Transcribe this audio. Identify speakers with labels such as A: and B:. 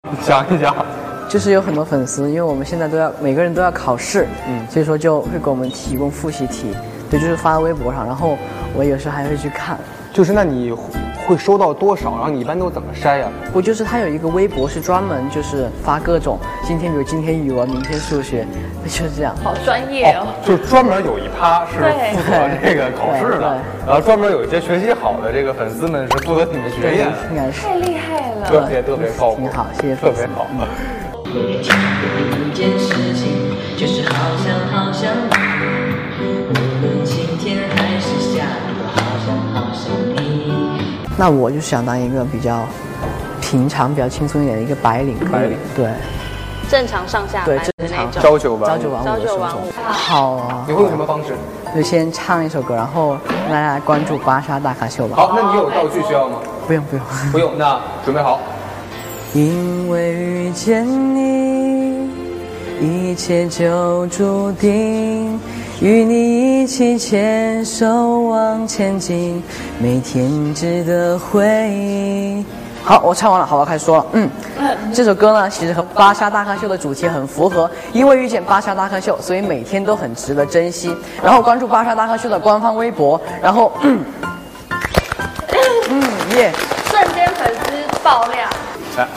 A: 讲一讲。
B: 就是有很多粉丝，因为我们现在都要每个人都要考试，嗯，所以说就会给我们提供复习题，对，就是发到微博上，然后我有时还会去看。
A: 就是那你会会收到多少？然后你一般都怎么筛呀、
B: 我就是他有一个微博是专门就是发各种，今天比如今天语文，明天数学，就是这样。
C: 好专业哦。
A: 就是专门有一趴是
C: 对
A: 负 责这个考试
B: 对对
A: 的，然后专门有一些学习好的这个粉丝们是负责你们学业的，
B: 应该是
C: 太厉害了！
A: 特别特别靠谱，
B: 嗯挺好谢谢
A: 特
B: 粉丝嗯
A: 别好。
D: 一件事情，就是好想好想你，无论晴天还是下雨，我好想好想你。
B: 那我就想当一个比较平常、比较轻松一点的一个白领，
A: 白领
B: 对
C: 正常上下
B: 对
C: 班的
B: 正
C: 那
B: 常
C: 种。
A: 朝九晚
B: 朝
A: 五
B: 九晚五的
C: 朝九
B: 生
C: 晚
B: 活
C: 五。
B: 好啊
A: 你，会用什么方式？
B: 就先唱一首歌，然后让大家关注芭莎大咖秀吧。
A: 好，那你有道具需要吗？
B: 不用不用。
A: 不用，那准备好。
B: 因为遇见你，一切就注定。与你一起牵手往前进，每天值得回忆。好，我唱完了，好，我开始说了。嗯，这首歌呢，其实和芭莎大咖秀的主题很符合，因为遇见芭莎大咖秀，所以每天都很值得珍惜。然后关注芭莎大咖秀的官方微博，然后，嗯，嗯耶。
C: 瞬间粉丝爆量，
A: 来，